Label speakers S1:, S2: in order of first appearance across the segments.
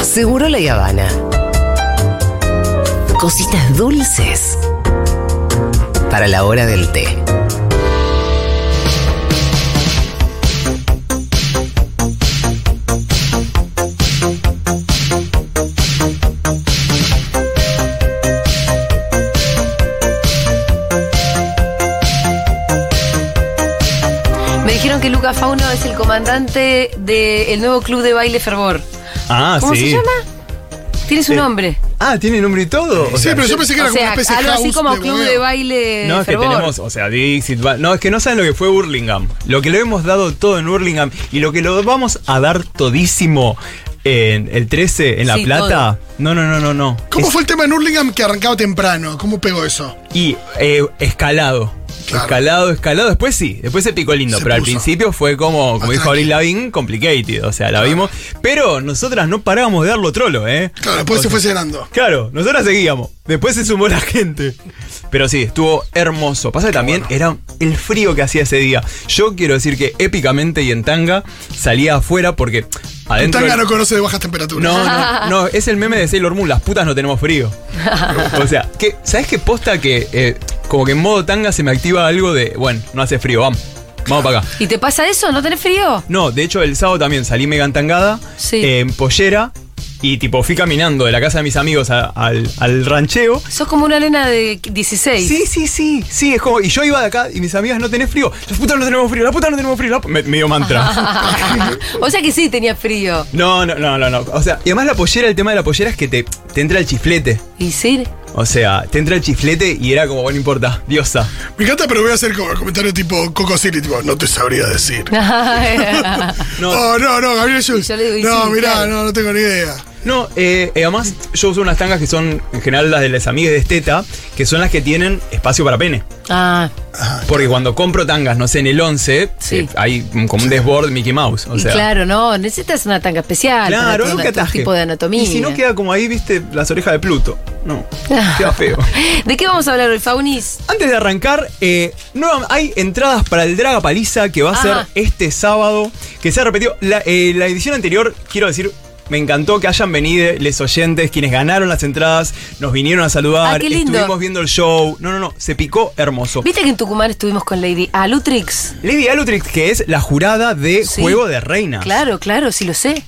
S1: Seguro la Habana. Cositas dulces para la hora del té.
S2: Me dijeron que Luca Fauno es el comandante del nuevo club de baile Fervor.
S3: Ah,
S2: ¿Cómo
S3: sí.
S2: se llama? Tiene su
S3: Eh,
S2: nombre.
S3: Ah, tiene nombre y todo. O
S4: Sí,
S3: sea,
S4: pero yo pensé que era
S2: O sea,
S4: como una especie de
S2: algo así
S4: house
S2: como
S4: de
S2: club
S4: bodega.
S2: de baile
S3: No, es que
S2: Eh, Fervor.
S3: tenemos, o sea, Dixit, va- no, es que no saben lo que fue Burlingame, lo que lo hemos dado todo en Burlingame y lo que lo vamos a dar todísimo en el 13, en La
S2: Sí,
S3: Plata. No, no, no, no, no.
S4: ¿Cómo
S3: Es-
S4: fue el tema en Hurlingham que arrancaba temprano? ¿Cómo pegó eso?
S3: Y eh, escalado.
S4: Claro.
S3: Escalado, escalado. Después sí, después se picó lindo.
S4: Se
S3: pero al
S4: puso.
S3: principio fue como, como
S4: Más
S3: dijo
S4: tranqui.
S3: Abril Lavín, complicated. O sea, la vimos. Pero nosotras no parábamos de darlo trolo, ¿eh?
S4: Claro, después se fue cenando.
S3: Claro, nosotras seguíamos. Después se sumó la gente. Pero sí, estuvo hermoso. Pasa que también era el frío que hacía ese día. Yo quiero decir que épicamente y en tanga salía afuera porque
S4: El
S3: adentro.
S4: tanga no conoce de bajas temperaturas.
S3: No, no, no, es el meme de Sailor Moon, las putas no tenemos frío. O sea, que, ¿sabes qué posta que eh, como que en modo tanga se me activa algo de, bueno, no hace frío, vamos, vamos para acá.
S2: ¿Y te pasa eso? ¿No tenés frío?
S3: No, de hecho el sábado también salí mega entangada,
S2: Sí.
S3: eh, en pollera, y tipo fui caminando de la casa de mis amigos a- al, al rancheo.
S2: Sos como una nena de 16.
S3: Sí, sí, sí, sí, es como, y yo iba de acá y mis amigas no tenés frío, las putas no tenemos frío, las putas no tenemos frío, la pu-". me, me dio mantra.
S2: o sea que sí tenía frío.
S3: No, no, no, no, no. O sea, y además la pollera, el tema de la pollera es que te, te entra el chiflete.
S2: ¿Y sí?
S3: O sea, te entra el chiflete y era como, bueno, no importa, diosa.
S4: Me encanta, pero voy a hacer como comentario tipo Coco City, tipo, no te sabría decir.
S2: Ah,
S3: No.
S4: Oh, no, no, Gabriel Schultz.
S2: Yo le digo, y
S4: no,
S2: sí,
S4: mirá,
S2: claro.
S4: no, no tengo ni idea.
S3: No, eh, eh, además yo uso unas tangas que son en general las de las amigas de Esteta, que son las que tienen espacio para pene.
S2: Ah,
S3: Porque cuando compro tangas, no sé, en el 11,
S2: Sí.
S3: eh, hay como un desbord Mickey Mouse. O
S2: y
S3: sea,
S2: claro, no, necesitas una tanga especial. para
S3: Claro,
S2: tu-
S3: algo que
S2: tu
S3: ataje.
S2: tipo Ah, de anatomía. Ah.
S3: Y si no queda como ahí, viste, las orejas de Pluto. No, queda feo.
S2: ¿De qué vamos a hablar hoy, Faunis?
S3: Antes de arrancar, eh, nueva- hay entradas para el Draga Paliza que va a
S2: Ajá.
S3: ser este sábado, que se ha repetido. La, eh, la edición anterior, quiero decir, me encantó que hayan venido les oyentes, quienes ganaron las entradas, nos vinieron a saludar,
S2: Ah, qué lindo.
S3: estuvimos viendo el show. No, no, no, se picó hermoso.
S2: ¿Viste que en Tucumán estuvimos con Lady Alutrix?
S3: Lady Alutrix, que es la jurada de
S2: Sí.
S3: Juego de Reinas.
S2: Claro, claro, sí lo sé.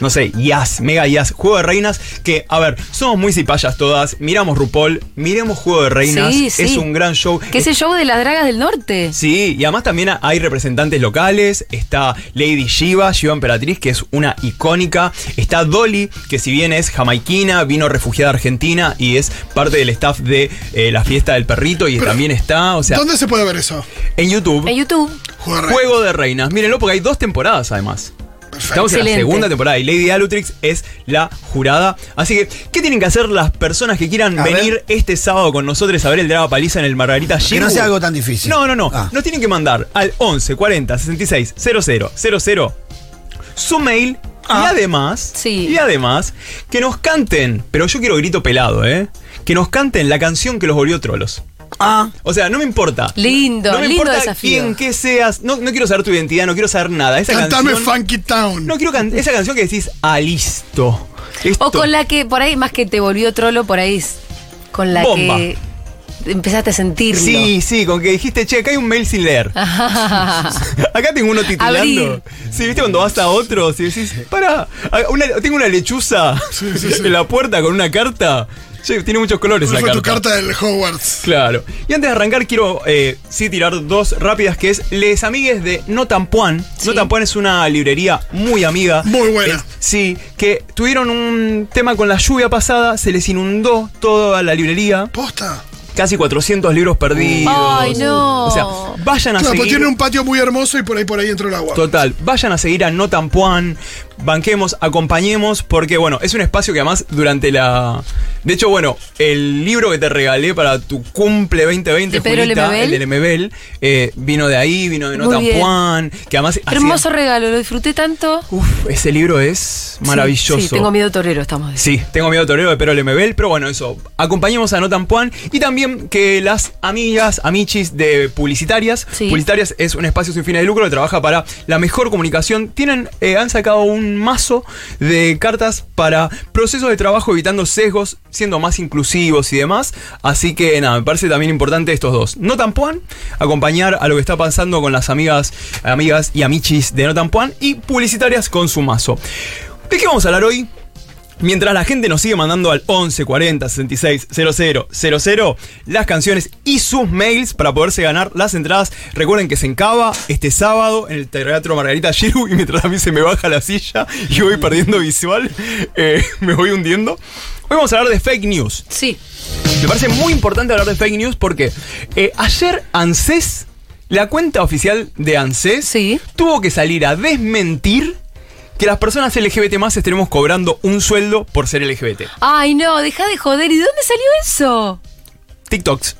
S3: no sé, Yas, mega Yas, Juego de Reinas, que, a ver, somos muy cipayas todas, miramos RuPaul, miremos Juego de Reinas,
S2: Sí,
S3: es
S2: sí.
S3: un gran show.
S2: Que es el show de las dragas del norte.
S3: Sí, y además también hay representantes locales, está Lady Shiva, Shiva Emperatriz, que es una icónica, está Dolly, que si bien es jamaiquina, vino refugiada a Argentina y es parte del staff de eh, la fiesta del perrito y también está, o sea,
S4: ¿Dónde se puede ver eso?
S3: en YouTube.
S2: En YouTube.
S4: Jugar
S3: Juego de Reinas. Mírenlo porque hay dos temporadas además. Estamos en la
S2: Excelente.
S3: segunda temporada y Lady Alutrix es la jurada. Así que, ¿qué tienen que hacer las personas que quieran
S5: A ver.
S3: venir este sábado con nosotros a ver el Draga Paliza en el Margarita
S5: Que no
S3: Shirgu?
S5: sea algo tan difícil.
S3: No, no, no.
S5: Ah.
S3: Nos tienen que mandar al 11 40 66 00 00 su mail y
S5: Ah.
S3: además,
S2: Sí.
S3: y además, que nos canten, pero yo quiero grito pelado, ¿eh? Que nos canten la canción que los volvió trolos.
S5: Ah,
S3: O sea, no me importa.
S2: Lindo,
S3: no me
S2: lindo
S3: importa
S2: desafío.
S3: quién, qué seas. No, no quiero saber tu identidad, no quiero saber nada. Esa
S4: Cantame
S3: canción.
S4: Funky Town.
S3: No quiero can- esa canción que decís, ah, listo. Esto-
S2: O con la que por ahí, más que te volvió trolo, por ahí es con la
S3: Bomba.
S2: que empezaste a sentirlo.
S3: Sí, sí, con que dijiste, che, acá hay un mail sin leer.
S2: Ah.
S3: Acá tengo uno titulando.
S2: Abrir.
S3: Sí, viste cuando vas a otro y decís, pará, a- una- tengo una lechuza en la puerta con una carta. Che, tiene muchos colores
S4: ¿Cuál
S3: la
S4: fue
S3: carta.
S4: tu carta del Hogwarts?
S3: Claro. Y antes de arrancar, quiero eh, sí tirar dos rápidas, que es Les Amigues de No Tampuan. No Tampuan es una librería muy amiga.
S4: Muy buena.
S3: Es- sí, que tuvieron un tema con la lluvia pasada, se les inundó toda la librería.
S4: Posta.
S3: Casi 400 libros perdidos.
S2: Ay, no.
S3: O sea, vayan a
S4: Claro, pues
S3: seguir...
S4: tiene un patio muy hermoso y por ahí por ahí entró el agua.
S3: Total, vayan a seguir a No Tampuan, banquemos, acompañemos, porque bueno, es un espacio que además durante la... De hecho, bueno, el libro que te regalé para tu cumple 2020,
S2: ¿De Pedro
S3: Julita,
S2: Lemebel?
S3: el del Lemebel, eh, vino de ahí, vino de No
S2: Muy bien.
S3: Tampuan, que además... hacía-
S2: Hermoso regalo, lo disfruté tanto.
S3: Uf, ese libro es maravilloso.
S2: Sí, sí, tengo miedo torero, estamos diciendo.
S3: Sí, tengo miedo torero de Pedro Lemebel, pero bueno, eso, acompañemos a No Tampuan y también también que las amigas, amichis de publicitarias,
S2: Sí.
S3: publicitarias es un espacio sin fines de lucro que trabaja para la mejor comunicación, tienen, eh, han sacado un mazo de cartas para procesos de trabajo evitando sesgos, siendo más inclusivos y demás. Así que nada, me parece también importante estos dos. No tan Puan, acompañar a lo que está pasando con las amigas, amigas y amichis de No tan Puan y publicitarias con su mazo. ¿De qué vamos a hablar hoy? Mientras la gente nos sigue mandando al 11 40 66 00 00 las canciones y sus mails para poderse ganar las entradas. Recuerden que se encaba este sábado en el Teatro Margarita Giru y mientras a mí se me baja la silla y voy perdiendo visual, eh, me voy hundiendo. Hoy vamos a hablar de fake news.
S2: Sí.
S3: Me parece muy importante hablar de fake news porque eh, ayer ANSES, la cuenta oficial de ANSES,
S2: Sí.
S3: tuvo que salir a desmentir que las personas LGBT más estaremos cobrando un sueldo por ser LGBT.
S2: Ay, no, deja de joder. ¿Y de dónde salió eso?
S3: TikToks.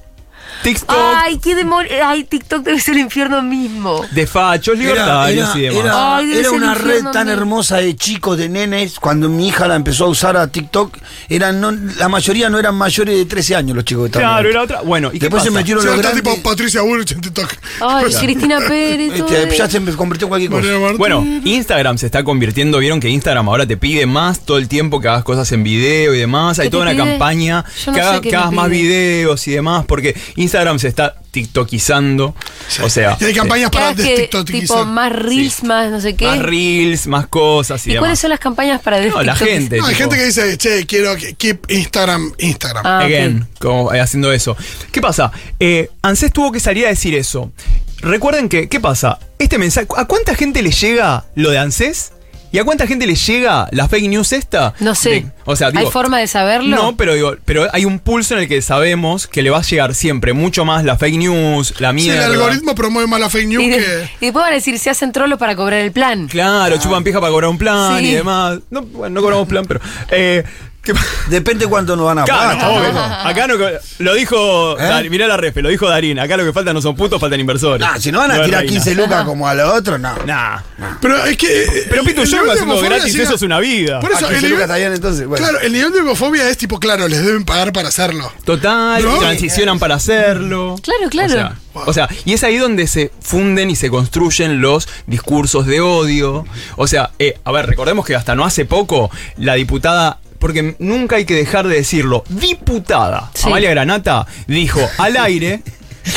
S3: TikTok
S2: Ay, qué demon... Ay, TikTok debe ser el infierno mismo.
S3: de fachos, libertarios y demás.
S2: demás.
S5: era-
S2: Ay, debe
S5: era
S2: ser
S5: una
S2: el
S5: red
S2: infierno
S5: tan
S2: mío.
S5: hermosa de chicos, de nenes. Cuando mi hija la empezó a usar a TikTok, eran no- la mayoría no eran mayores de 13 años los chicos que estaban.
S3: Claro,
S5: ahí.
S3: era otra. Bueno, ¿y qué
S5: Después se
S3: pasa?
S5: metieron
S4: Sí,
S5: los
S4: está
S5: grandes.
S4: tipo Patricia Bullrich en TikTok.
S2: Ay,
S4: Cosa.
S2: Cristina Pérez.
S5: este,
S2: todo
S5: ya
S2: eso.
S5: se me convirtió en cualquier cosa.
S4: Mariana Martín.
S3: Bueno, Instagram se está convirtiendo, vieron que Instagram ahora te pide más todo el tiempo que hagas cosas en video y demás, hay
S2: ¿Qué te
S3: toda una
S2: pide?
S3: campaña
S2: Yo no
S3: que,
S2: sé
S3: haga-
S2: qué
S3: que
S2: me
S3: hagas más
S2: pide.
S3: videos y demás, porque Instagram se está tiktokizando, o sea,
S4: y hay campañas para
S2: Cada vez que, tipo
S4: destiktokizar.
S2: más reels,
S3: Sí.
S2: más no sé qué.
S3: eh, más reels, más cosas y,
S2: ¿Y
S3: demás.
S2: cuáles son las campañas para
S3: No, la
S2: destiktokizar?
S3: gente.
S4: No, hay
S3: tipo-
S4: gente que dice, che, quiero que keep Instagram, Instagram.
S2: Ah, ok.
S3: Again, como eh, haciendo eso. ¿Qué pasa? Eh, ANSES tuvo que salir a decir eso. Recuerden que, ¿qué pasa? Este mensaje, ¿a cuánta gente le llega lo de ANSES? ¿Y a cuánta gente le llega la fake news esta?
S2: No sé.
S3: De- o sea, digo,
S2: ¿Hay forma de saberlo?
S3: No, pero digo, pero hay un pulso en el que sabemos que le va a llegar siempre mucho más la fake news, la
S4: Sí, el
S3: mierda.
S4: algoritmo promueve más la fake news
S2: Y, de-
S4: que.
S2: y después van a decir, se hacen trolos para cobrar el plan.
S3: Claro, chupan pija para cobrar un plan
S2: Sí.
S3: y demás. No, bueno, no cobramos plan, pero. Eh, ¿qué pa-
S5: Depende cuánto nos van a
S3: Acá,
S5: pagar.
S3: no, obvio.
S5: tampoco.
S3: Acá no, lo dijo,
S5: ¿Eh?
S3: Dar- mirá la refe, lo dijo Darín, acá lo que faltan no son putos, faltan inversores.
S5: Nah, Ah, si no van a
S3: es
S5: tirar
S3: reina.
S5: 15 lucas como a los otros, no.
S3: Nah.
S4: Pero es que. eh,
S3: Pero Pitu
S4: el nivel
S3: Yerba
S4: de
S3: haciendo
S4: homofobia
S3: gratis,
S4: llega-
S3: eso es una vida.
S4: Por eso,
S5: Ah, 15
S4: el nivel-
S5: lucas está bien, entonces, bueno.
S4: Claro, el nivel de homofobia es tipo, claro, les deben pagar para hacerlo.
S3: Total,
S4: No.
S3: transicionan para hacerlo.
S2: Claro, claro.
S3: O sea, o sea, y es ahí donde se funden y se construyen los discursos de odio. O sea, eh, a ver, recordemos que hasta no hace poco la diputada, porque nunca hay que dejar de decirlo, diputada
S2: Sí.
S3: Amalia Granata dijo al aire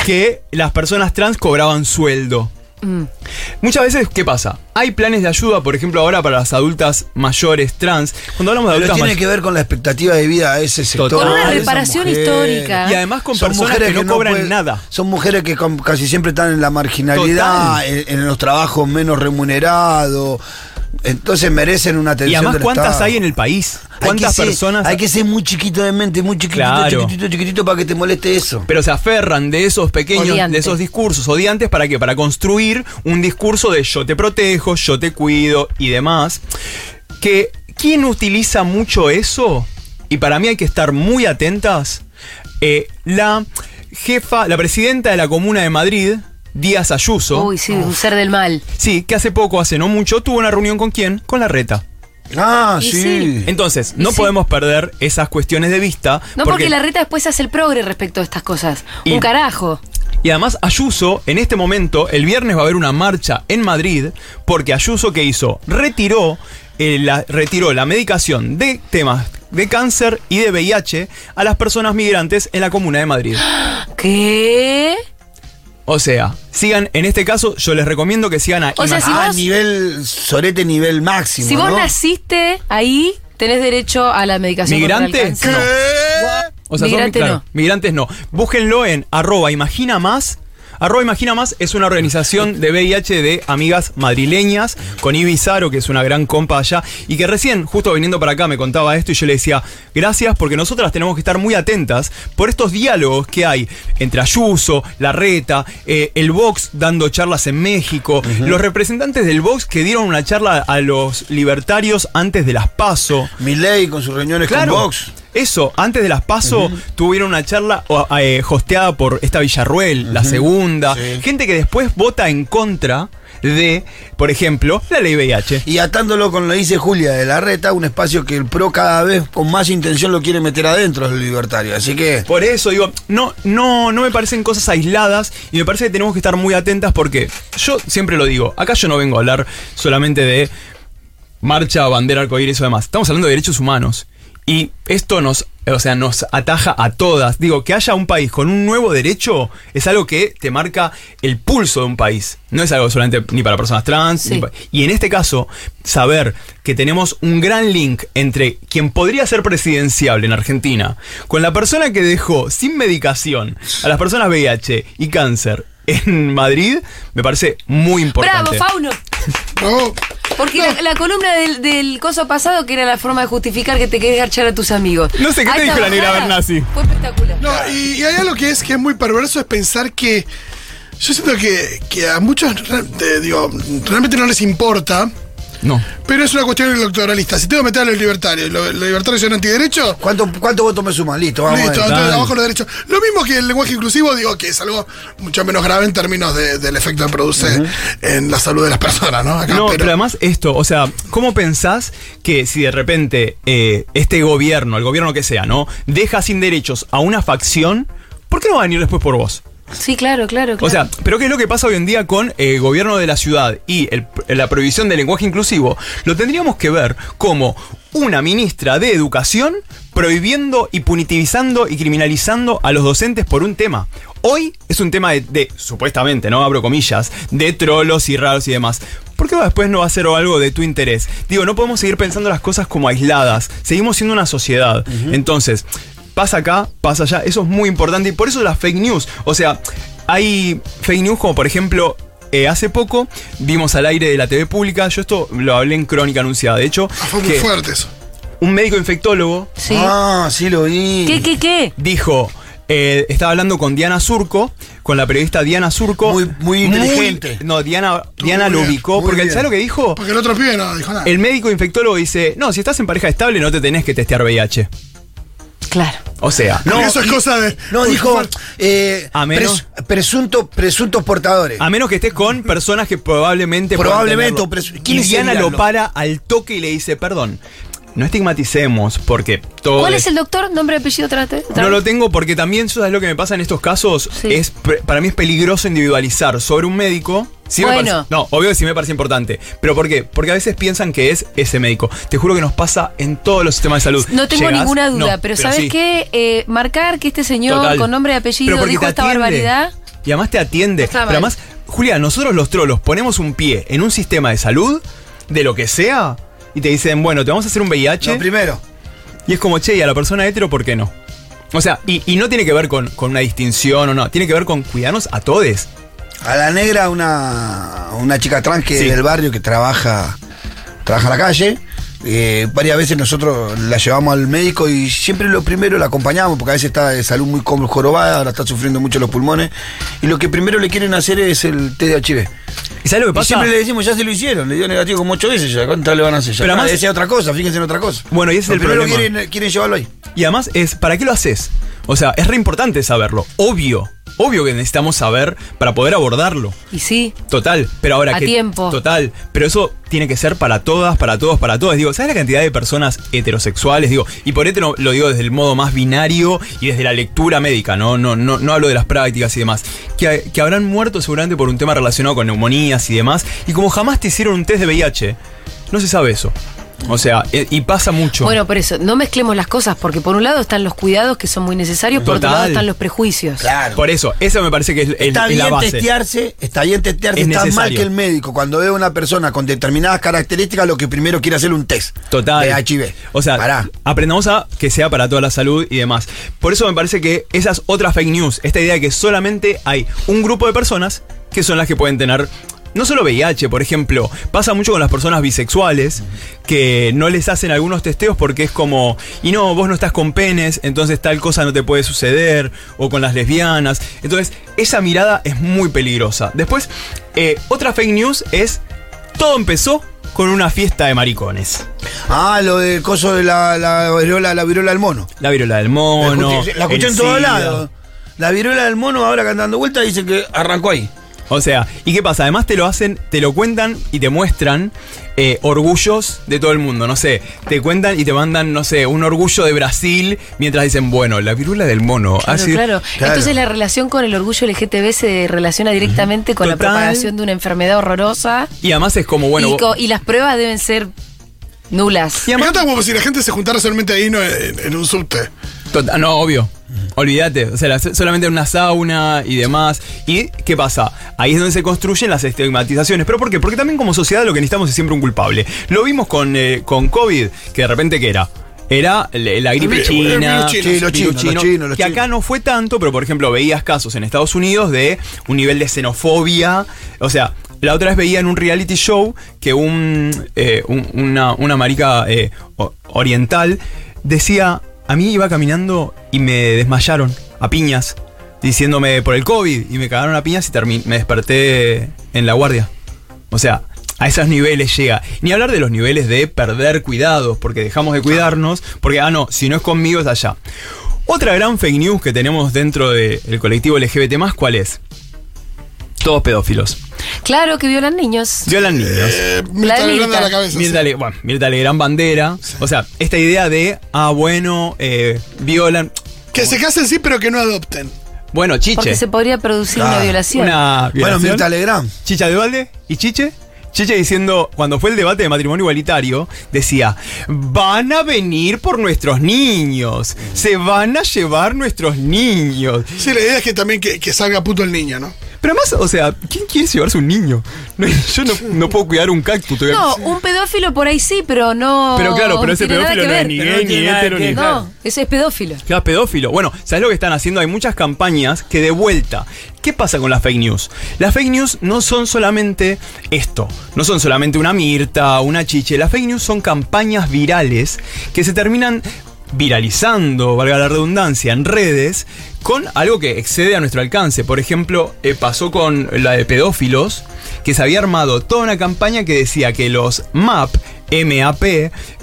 S3: que las personas trans cobraban sueldo.
S2: Mm.
S3: Muchas veces, ¿qué pasa? Hay planes de ayuda, por ejemplo, ahora para las adultas mayores trans. Cuando hablamos de
S5: Pero
S3: adultas
S5: tiene
S3: mayores.
S5: que ver con la expectativa de vida de ese sector.
S3: Con una
S5: de esas
S2: reparación
S5: mujeres.
S2: histórica.
S3: Y además con
S5: Son
S3: personas
S5: mujeres
S3: que no cobran
S5: pueden-
S3: nada.
S5: Son mujeres que com- casi siempre están en la marginalidad,
S3: Total.
S5: en, en los trabajos menos remunerados. Entonces merecen una atención
S3: Y además,
S5: del
S3: ¿cuántas
S5: Estado.
S3: hay en el país?
S5: Hay
S3: ¿Cuántas
S5: que ser-
S3: personas?
S5: Hay que ser muy chiquito de mente, muy chiquitito,
S3: Claro.
S5: chiquitito, chiquitito para que te moleste eso.
S3: Pero se aferran de esos pequeños,
S2: Odiante.
S3: de esos discursos odiantes, ¿para qué? Para construir un discurso de yo te protejo, yo te cuido y demás. Que, ¿quién utiliza mucho eso? Y para mí hay que estar muy atentas. eh, la jefa, la presidenta de la Comuna de Madrid, Díaz Ayuso,
S2: Uy, sí, un ser del mal.
S3: sí, que hace poco, hace no mucho, tuvo una reunión con quién? Con la reta.
S5: Ah,
S2: Y
S5: sí.
S2: sí.
S3: Entonces,
S2: Y
S3: no
S2: sí.
S3: podemos perder esas cuestiones de vista.
S2: No porque, la reta después hace el progre respecto a estas cosas.
S3: Y-
S2: Un carajo.
S3: Y además Ayuso, en este momento, el viernes va a haber una marcha en Madrid, porque Ayuso que hizo, retiró, eh, la, retiró la medicación de temas de cáncer y de VIH a las personas migrantes en la comuna de Madrid.
S2: ¿Qué?
S3: O sea, sigan, en este caso, yo les recomiendo que sigan a
S2: O sea,
S3: Ima-
S2: si
S5: ah,
S2: vos-
S5: nivel sorete, nivel máximo.
S2: Si vos
S5: ¿no?
S2: naciste ahí, tenés derecho a la medicación. contra el
S3: ¿Migrante?
S2: cáncer.
S3: No. O sea, son-
S2: Migrante
S3: claro,
S2: no.
S3: Migrantes no. Búsquenlo en arroba imagina más. Arroba Imagina Más es una organización de VIH de amigas madrileñas con Ibizaro, que es una gran compa allá, y que recién, justo viniendo para acá, me contaba esto y yo le decía, gracias porque nosotras tenemos que estar muy atentas por estos diálogos que hay entre Ayuso, Larreta, eh, el Vox dando charlas en México, los representantes del Vox que dieron una charla a los libertarios antes de las PASO.
S5: Milei con sus reuniones
S3: Claro.
S5: con Vox.
S3: Eso, antes de las PASO tuvieron una charla o, eh, hosteada por esta Villarruel, la segunda.
S5: Sí.
S3: Gente que después vota en contra de, por ejemplo, la ley VIH.
S5: Y atándolo con lo que dice Julia de la Reta, un espacio que el PRO cada vez con más intención lo quiere meter adentro los libertarios. Así que.
S3: Por eso digo, no, no, no me parecen cosas aisladas y me parece que tenemos que estar muy atentas porque yo siempre lo digo, acá yo no vengo a hablar solamente de marcha, bandera, arcoíris o demás. Estamos hablando de derechos humanos. Y esto nos, o sea, nos ataja a todas. Digo, que haya un país con un nuevo derecho es algo que te marca el pulso de un país. No es algo solamente ni para personas trans.
S2: Sí.
S3: ni pa- y en este caso, saber que tenemos un gran link entre quien podría ser presidenciable en Argentina, con la persona que dejó sin medicación a las personas VIH y cáncer en Madrid, me parece muy importante.
S2: Bravo, Fauno.
S4: Bravo.
S2: Porque la, la columna del, del coso pasado, que era la forma de justificar que te querés garchar a tus amigos.
S3: No sé, ¿qué
S2: A
S3: te
S2: esta
S3: dijo la negra
S2: bajada
S3: Bernasi?
S2: Fue espectacular.
S4: No, y, y hay algo que es que es muy perverso es pensar que yo siento que, que a muchos re- te digo, realmente no les importa,
S3: No.
S4: pero es una cuestión electoralista. Si tengo que meter a los libertarios, lo- los, libertarios son antiderechos,
S5: ¿Cuánto, cuánto votos me suman? Listo, vamos.
S4: listo,
S5: a ver.
S4: entonces,
S3: dale.
S4: abajo los derechos. Lo mismo que el lenguaje inclusivo, digo que es algo mucho menos grave en términos de- del efecto que produce en la salud de las personas, ¿no? Acá,
S3: No, pero, además esto, o sea, ¿cómo pensás que si de repente eh, este gobierno, el gobierno que sea, ¿no? Deja sin derechos a una facción, ¿por qué no va a venir después por vos?
S2: Sí, claro, claro, claro.
S3: O sea, pero ¿qué es lo que pasa hoy en día con el gobierno de la ciudad y el- la prohibición del lenguaje inclusivo? Lo tendríamos que ver como una ministra de educación prohibiendo y punitivizando y criminalizando a los docentes por un tema. Hoy es un tema de, de, supuestamente, ¿no? Abro comillas, de trolos y raros y demás. ¿Por qué después no va a ser algo de tu interés? Digo, no podemos seguir pensando las cosas como aisladas. Seguimos siendo una sociedad. Entonces, pasa acá, pasa allá. Eso es muy importante y por eso las fake news. O sea, hay fake news como por ejemplo... eh, hace poco vimos al aire de la TV pública, yo esto lo hablé en Crónica Anunciada, de hecho,
S4: ah, fue muy
S3: que
S4: fuerte eso.
S3: un médico infectólogo
S2: sí.
S5: Ah, sí lo vi.
S2: ¿Qué, qué, qué?
S3: dijo, eh, estaba hablando con Diana Surco, con la periodista Diana Surco.
S5: Muy- muy inteligente.
S3: no, Diana, Diana lo
S4: bien,
S3: ubicó,
S5: muy
S3: porque
S5: bien.
S3: ¿sabes lo que dijo?
S4: Porque el otro pibe no dijo nada.
S3: Oh. El médico infectólogo dice, no, si estás en pareja estable no te tenés que testear VIH.
S2: Claro.
S3: O sea,
S4: Porque
S5: No,
S4: eso es
S5: y-
S4: cosa de.
S5: No,
S4: Uy,
S5: dijo.
S4: fuerte.
S5: eh,
S3: A menos-
S5: pres- presunto, presuntos portadores.
S3: A menos que estés con personas que probablemente. puedan
S5: Probablemente,
S3: tenerlo.
S5: o presu- ¿quiénes
S3: Y Diana
S5: serían
S3: lo
S5: los-
S3: para al toque y le dice, perdón, no estigmaticemos, porque todo.
S2: ¿Cuál es el doctor? Nombre, apellido, trate.
S3: No lo tengo porque también, ¿sabes lo que me pasa en estos casos?
S2: Sí.
S3: Es, pre- para mí es peligroso individualizar sobre un médico. Sí me
S2: Bueno.
S3: parece- no, obvio que sí me parece importante. ¿Pero por qué? Porque a veces piensan que es ese médico. Te juro que nos pasa en todos los sistemas de salud.
S2: No tengo
S3: Llegás,
S2: ninguna
S3: no,
S2: duda, pero, ¿sabes
S3: sí.
S2: qué? Eh, marcar que este señor
S3: Total.
S2: con nombre y
S3: Pero
S2: apellido
S3: porque
S2: dijo
S3: te
S2: esta
S3: atiende.
S2: barbaridad.
S3: Y además te atiende.
S2: Está mal.
S3: Pero además, Julia, nosotros los trolos ponemos un pie en un sistema de salud, de lo que sea, y te dicen, bueno, te vamos a hacer un VIH.
S5: No, primero.
S3: y es como, che, y a la persona hetero, ¿por qué no? O sea, y, y no tiene que ver con, con una distinción o no, tiene que ver con cuidarnos a todos.
S5: A la negra, una, una chica trans que
S3: Sí.
S5: es del barrio que trabaja, trabaja en la calle. Eh, varias veces nosotros la llevamos al médico y siempre lo primero la acompañamos porque a veces está de salud muy com- jorobada, ahora está sufriendo mucho los pulmones. Y lo que primero le quieren hacer es el test de HIV.
S3: ¿Y sabes lo que
S5: Y
S3: pasa?
S5: siempre le decimos, ya se lo hicieron, le dio negativo como ocho veces ya, ¿cuántas le van a hacer ya?
S3: Pero
S5: Pero
S3: además-
S5: además, otra cosa, fíjense en otra cosa.
S3: Bueno, y ese es
S5: Lo
S3: el
S5: primero
S3: problema.
S5: Quieren, quieren llevarlo ahí.
S3: Y además es, ¿para qué lo haces? O sea, es re importante saberlo. Obvio. Obvio que necesitamos saber para poder abordarlo.
S2: Y sí.
S3: Total, pero ahora
S2: A
S3: que.
S2: tiempo.
S3: Total, pero eso tiene que ser para todas, para todos, para todas. Digo, ¿sabes la cantidad de personas heterosexuales? Digo, y por hetero lo digo desde el modo más binario y desde la lectura médica, ¿no? No, no, no hablo de las prácticas y demás. Que, que habrán muerto seguramente por un tema relacionado con neumonías y demás. Y como jamás te hicieron un test de VIH, no se sabe eso. O sea, e- y pasa mucho.
S2: Bueno, por eso, no mezclemos las cosas, porque por un lado están los cuidados que son muy necesarios, por otro
S3: Total.
S2: lado están los prejuicios.
S5: Claro.
S3: Por eso, eso me parece que es, el-
S5: Está
S3: es
S5: bien
S3: la base.
S5: testearse, está bien testearse,
S3: Es
S5: está mal
S3: necesario.
S5: que el médico cuando ve a una persona con determinadas características lo que primero quiere hacer un test.
S3: Total.
S5: De HIV.
S3: O sea,
S5: Pará.
S3: aprendamos a que sea para toda la salud y demás. Por eso me parece que esas otras fake news, esta idea de que solamente hay un grupo de personas que son las que pueden tener. No solo VIH, por ejemplo, pasa mucho con las personas bisexuales que no les hacen algunos testeos porque es como, y no, vos no estás con penes, entonces tal cosa no te puede suceder, o con las lesbianas. Entonces, esa mirada es muy peligrosa. Después, eh, otra fake news es, todo empezó con una fiesta de maricones.
S5: Ah, lo de coso de la, la viruela, la viruela del mono.
S3: La viruela del mono.
S5: la escuché
S3: Oh, el
S5: en todos
S3: SIDA.
S5: lados. La viruela del mono ahora que anda dando vuelta dicen que arrancó ahí.
S3: O sea, ¿y qué pasa? Además te lo hacen, te lo cuentan y te muestran eh, orgullos de todo el mundo. No sé, te cuentan y te mandan, no sé, un orgullo de Brasil mientras dicen, bueno, la virula del mono.
S2: Claro,
S3: así-
S2: claro.
S5: claro.
S2: Entonces la relación con el orgullo LGTB se relaciona directamente con la
S3: Total.
S2: propagación de una enfermedad horrorosa.
S3: Y además es como, bueno.
S2: y,
S3: vos-
S2: co- y las pruebas deben ser nulas.
S3: y
S4: Me
S3: además-
S4: encanta como si la gente se juntara solamente ahí ¿no? en, en un subte.
S3: Tota- no, obvio. Olvídate. O sea, la- solamente una sauna y demás. ¿Y qué pasa? Ahí es donde se construyen las estigmatizaciones. ¿Pero por qué? Porque también como sociedad lo que necesitamos es siempre un culpable. Lo vimos con, eh, con COVID, que de repente ¿qué era? Era le- la gripe
S4: El vi- el
S3: china.
S4: virus chino. Sí,
S5: los
S3: virus
S5: chinos, los chinos, los
S3: Que acá
S5: chinos.
S3: no fue tanto, pero por ejemplo veías casos en Estados Unidos de un nivel de xenofobia. O sea, la otra vez veía en un reality show que un, eh, un- una, una marica eh, o- oriental decía, a mí iba caminando y me desmayaron a piñas, diciéndome por el COVID y me cagaron a piñas y termi- me desperté en la guardia. O sea... A esos niveles llega. Ni hablar de los niveles de perder cuidados, porque dejamos de cuidarnos, porque, ah, no, si no es conmigo es allá. Otra gran fake news que tenemos dentro del colectivo LGBT, ¿cuál es? Todos pedófilos.
S2: Claro que violan niños.
S3: Violan niños.
S4: Eh, me está
S2: Clarita.
S4: violando la cabeza.
S3: Mirta, Le- bueno, Mirta Legrand bandera. O sea, esta idea de, ah, bueno, eh, violan.
S4: sí. Que se casen sí, pero que no adopten.
S3: Bueno, chiche.
S2: Porque se podría producir
S5: Claro.
S2: una violación.
S3: Ah, Una
S5: Bueno,
S3: violación.
S5: Mirta Legrand.
S3: Chicha de Valde y Chiche. Chiche diciendo, cuando fue el debate de matrimonio igualitario, decía, van a venir por nuestros niños, se van a llevar nuestros niños.
S4: Sí, la idea es que también que, que salga puto el niño, ¿no?
S3: Pero además, o sea, ¿quién quiere llevarse un niño? No, yo no, no puedo cuidar un cactus. te voy a-
S2: No, un pedófilo por ahí sí, pero no.
S3: Pero claro, pero ese
S2: tiene nada
S3: pedófilo
S2: que
S3: no es
S2: ver.
S3: ni
S6: Pero no
S3: gay,
S6: tiene
S3: ni
S6: nada que
S3: hetero, ni...
S6: ver.
S2: No, ese es pedófilo.
S3: Claro, pedófilo. Bueno, ¿sabes lo que están haciendo? Hay muchas campañas que de vuelta. ¿Qué pasa con las fake news? Las fake news no son solamente esto, no son solamente una mirta, una chiche. Las fake news son campañas virales que se terminan viralizando, valga la redundancia, en redes, con algo que excede a nuestro alcance. Por ejemplo, eh, pasó con la de pedófilos, que se había armado toda una campaña que decía que los MAP, MAP,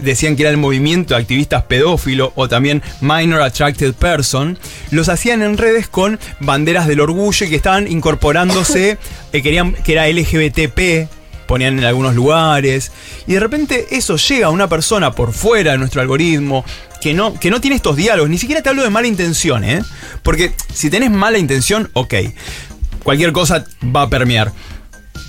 S3: decían que era el movimiento de activistas pedófilo o también Minor Attracted Person, los hacían en redes con banderas del orgullo y que estaban incorporándose, eh, querían que era LGBTP, ponían en algunos lugares. Y de repente eso llega a una persona por fuera de nuestro algoritmo que no, que no tiene estos diálogos. Ni siquiera te hablo de mala intención, ¿eh? Porque si tenés mala intención, ok. Cualquier cosa va a permear.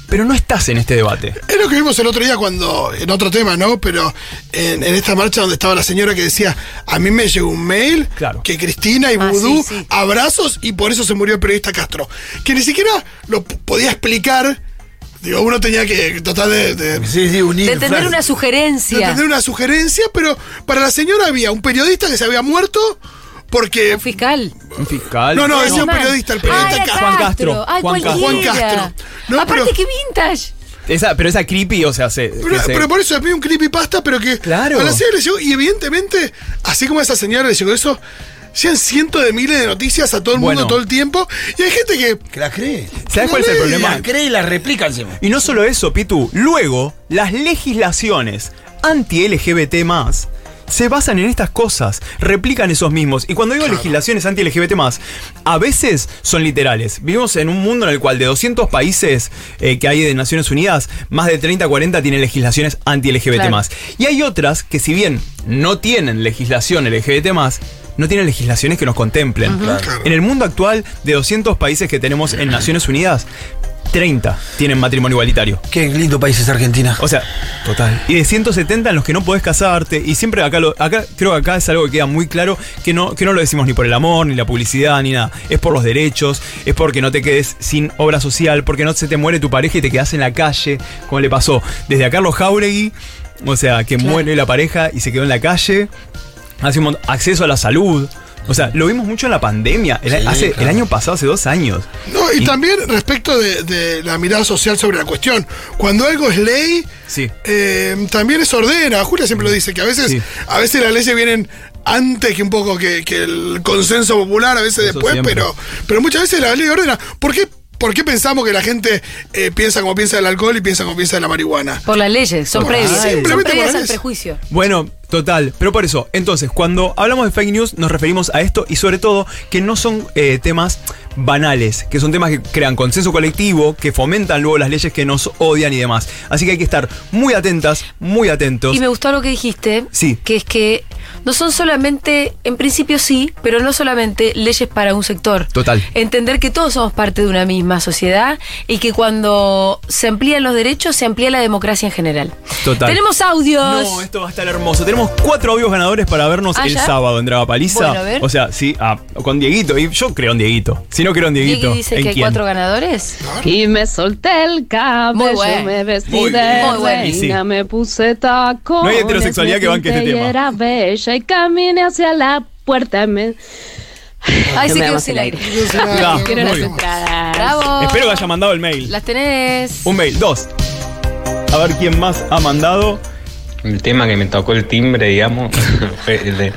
S3: Pero no estás en este debate.
S4: Es lo que vimos el otro día cuando, en otro tema, ¿no? Pero en, en esta marcha donde estaba la señora que decía, a mí me llegó un mail
S3: Claro.
S4: que Cristina y
S2: Ah,
S4: Vudú
S2: sí, sí.
S4: abrazos y por eso se murió el periodista Castro. Que ni siquiera lo p- podía explicar. Digo, uno tenía que tratar de- de
S5: Sí, sí, unir.
S2: De tener
S5: Fran.
S2: una
S4: de
S2: sugerencia.
S4: tener una sugerencia, pero para la señora había un periodista que se había muerto porque.
S2: Un fiscal.
S3: Un fiscal.
S4: No, no,
S2: Ay,
S4: decía un
S2: mal.
S4: periodista, el
S2: Ay,
S4: periodista
S2: era
S4: Castro.
S3: Juan Castro,
S2: Ay,
S3: Juan Castro.
S4: Juan
S2: cualquiera.
S4: Castro. No,
S2: Aparte,
S4: pero-
S2: qué vintage.
S3: Esa, pero esa creepy, o sea, se. que
S4: Pero,
S3: se-
S4: pero por eso pide un creepypasta, pero que
S3: Claro.
S4: a la señora le llegó, y evidentemente, así como a esa señora le llegó eso, llegan cientos de miles de noticias a todo el mundo
S3: Bueno.
S4: todo el tiempo, y hay gente que.
S5: ¿Que la cree?
S3: ¿Sabes cuál es el problema?
S6: La cree y la replica encima.
S3: Y no solo eso, Pitu, luego las legislaciones anti-LGBT más se basan en estas cosas, replican esos mismos. Y cuando digo legislaciones anti-LGBT más, a veces son literales. Vivimos en un mundo en el cual de 200 países eh, que hay de Naciones Unidas, más de 30, 40 tienen legislaciones anti-LGBT
S2: Claro.
S3: más. Y hay otras que si bien no tienen legislación LGBT más, no tienen legislaciones que nos contemplen.
S4: Claro.
S3: En el mundo actual, de 200 países que tenemos en Naciones Unidas, 30 tienen matrimonio igualitario.
S5: Qué lindo país es Argentina.
S3: O sea, total. Y de 170 en los que no podés casarte. Y siempre acá, lo- acá creo que acá es algo que queda muy claro, que no, que no lo decimos ni por el amor, ni la publicidad, ni nada. Es por los derechos, es porque no te quedes sin obra social, porque no se te muere tu pareja y te quedas en la calle, como le pasó desde a Carlos Jauregui, o sea, que muere la pareja y se quedó en la calle. Hace un montón- acceso a la salud. O sea, lo vimos mucho en la pandemia, el,
S5: Sí,
S3: hace,
S5: claro.
S3: el año pasado, hace dos años.
S4: No, y,
S3: Y-
S4: también respecto de, de la mirada social sobre la cuestión. Cuando algo es ley,
S3: Sí.
S4: eh, también es ordena. Julia siempre lo dice, que a veces,
S3: Sí.
S4: a veces las leyes vienen antes que un poco que, que el consenso popular, a veces
S3: Eso
S4: después,
S3: siempre.
S4: pero, pero muchas veces la ley ordena. ¿Por qué, por qué pensamos que la gente eh, piensa como piensa del alcohol y piensa como piensa de la marihuana?
S2: Por las leyes, son
S4: Por-
S2: previas.
S4: Simplemente
S2: Son
S4: por
S2: previas
S4: las
S2: al
S4: leyes.
S2: prejuicio.
S3: Bueno, Total, pero por eso, entonces, cuando hablamos de fake news nos referimos a esto y sobre todo que no son eh, temas banales, que son temas que crean consenso colectivo, que fomentan luego las leyes que nos odian y demás. Así que hay que estar muy atentas, muy atentos.
S2: Y me gustó lo que dijiste,
S3: Sí.
S2: que es que no son solamente, en principio sí, pero no solamente leyes para un sector.
S3: Total.
S2: Entender que todos somos parte de una misma sociedad y que cuando se amplían los derechos, se amplía la democracia en general.
S3: Total.
S2: Tenemos audios.
S3: No, esto va a estar hermoso. Tenemos cuatro audios ganadores para vernos
S2: ¿Ah,
S3: el
S2: ya?
S3: sábado en Draga Paliza.
S2: Bueno, a ver.
S3: O sea, sí, ah, con Dieguito. Y yo creo en Dieguito. Si no creo en
S2: Diego
S3: Dieguito.
S2: dice
S3: ¿en
S2: que hay
S3: quién?
S2: cuatro ganadores.
S6: Y me solté el
S2: Muy
S6: cabello,
S2: bueno.
S6: me
S3: Muy
S6: vestí
S3: bien.
S6: de
S2: Muy bueno.
S3: Y sí.
S6: reina, me puse tacones.
S3: No hay heterosexualidad que banque este
S6: me pinté
S3: tema.
S6: Y era bella y caminé hacia la puerta y me...
S2: Ahí se
S6: me
S2: quedó
S6: damos
S2: sin
S6: el
S2: aire.
S3: Ya,
S6: Quiero
S3: muy
S6: las
S3: bien.
S6: entradas.
S2: Bravo.
S3: Espero que haya mandado el mail.
S2: Las tenés.
S3: Un mail, dos. A ver quién más ha mandado.
S7: El tema que me tocó el timbre, digamos, fue el de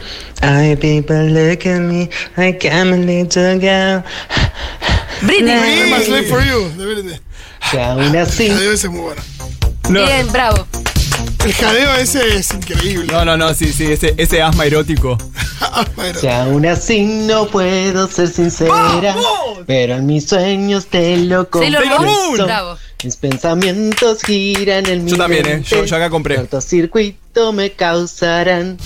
S7: I people look at me, I come a little girl.
S2: Britney.
S4: Dream is live for you. De verdad.
S7: Y aún así.
S4: El jadeo ese es muy bueno.
S3: No.
S2: Bien, bravo.
S4: El jadeo ese es increíble.
S3: No, no, no, sí, sí, ese, ese asma erótico.
S4: Ah, bueno.
S7: Y aún así no puedo ser
S3: ¡Ah!
S7: sincera, pero en mis sueños te lo
S2: Sailor
S3: Sailor
S2: Moon.
S3: Moon.
S2: Bravo.
S7: Mis pensamientos giran en mi
S3: Yo también, ¿eh? Yo- yo acá compré.
S7: Cortocircuito me causarán.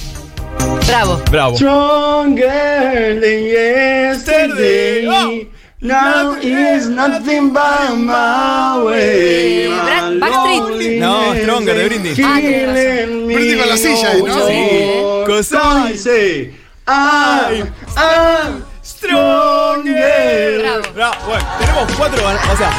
S2: Bravo.
S3: Bravo.
S7: Stronger than yesterday.
S3: Oh.
S7: Now is
S3: eh,
S7: nothing but my way.
S2: Eh, Bra- Backstreet.
S3: No, Stronger de Brindis.
S2: Ah, tenés razón.
S4: Brindis con la silla ahí, ¿no?
S2: Sí, ¿eh?
S3: Cosa-
S7: I'm, I'm
S3: Stronger.
S2: Bravo.
S3: Bra- bueno, tenemos cuatro gan- O sea.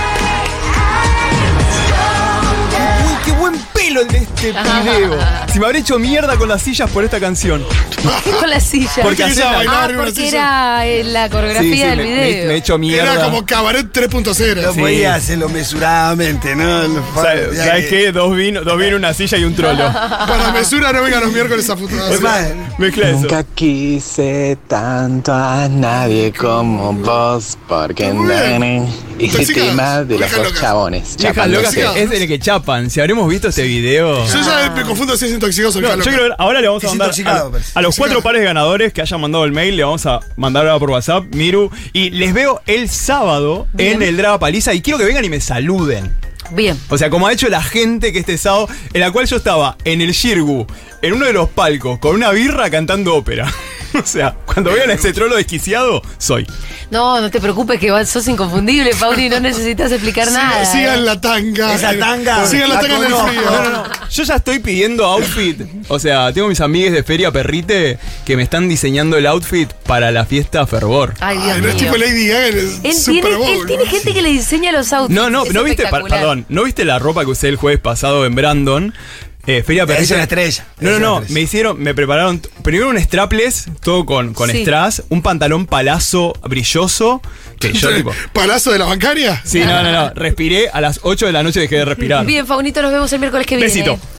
S3: Uy, qué buen pelo el de este video. Si me habré hecho mierda con las sillas por esta canción.
S2: Con la silla.
S3: Porque
S4: ella
S3: hacen-
S4: bailaba
S2: Ah,
S4: arriba de una
S2: porque
S4: silla.
S2: era eh, la coreografía del
S3: sí, me, me-
S2: video.
S3: me he hecho mierda.
S4: Era como cabaret 3.0.
S5: No
S3: Sí.
S5: podía hacerlo mesuradamente, ¿no? Lo-
S3: O sea,
S5: ya
S3: ¿Sabes
S5: que-
S3: qué? Dos vinos, dos vino, una silla y un trolo.
S4: Para mesura no vengan los miércoles a futuro.
S5: Es más,
S3: Mezcla eso.
S8: Nunca quise tanto a nadie como vos, porque
S4: Muy bien.
S8: nene,
S4: Tóxicas,
S8: hice tema de los
S4: viejas
S8: dos
S4: locas.
S8: chabones.
S3: Vieja loca,
S8: chapándose.
S4: Intoxicados.
S3: que es el que chapan. Si habremos visto este video.
S4: Yo ya me confundo si es intoxicado o
S3: No, yo creo que ahora le vamos a
S5: Es
S3: mandar
S5: intoxicado,
S3: a,
S5: parece.
S3: a los cuatro pares de ganadores que hayan mandado el mail, le vamos a mandar ahora por WhatsApp, Miru, y les veo el sábado en el Draga Paliza y quiero que vengan y me saluden.
S2: Bien.
S3: O sea, como ha hecho la gente que este sábado, en la cual yo estaba en el Shirgu, en uno de los palcos, con una birra cantando ópera. O sea, cuando vean a ese trolo desquiciado, soy.
S2: No, no te preocupes que vas- sos inconfundible, Pauli, no necesitas explicar nada. eh.
S4: Sigan la tanga.
S5: Esa tanga,
S4: Sigan la
S5: la
S4: tanga en el
S5: conozco.
S4: frío.
S5: No, no, no.
S3: Yo ya estoy pidiendo outfit. O sea, tengo mis amigues de Feria Perrite que me están diseñando el outfit para la fiesta Fervor.
S2: Ay, Dios
S4: Ay, no
S2: mío.
S4: es
S3: este
S4: tipo Lady Gaga en el
S2: Él
S4: Super
S2: tiene,
S4: Bowl.
S2: él tiene gente que le diseña los autos.
S3: No, no, no viste, pa- perdón, no viste la ropa que usé el jueves pasado en Brandon. Eh, Feria Perrite.
S5: es una estrella.
S3: No,
S5: Es
S3: no,
S5: una
S3: no.
S5: estrella.
S3: Me hicieron, me prepararon t- primero un strapless, todo con, con
S2: Sí.
S3: strass, un pantalón palazo brilloso. Que yo tipo.
S4: ¿Palazo de la bancaria?
S3: Sí, no, no, no. Respiré a las 8 de la noche dejé de respirar.
S2: Bien, Faunito, nos vemos el miércoles que viene.
S3: Besito.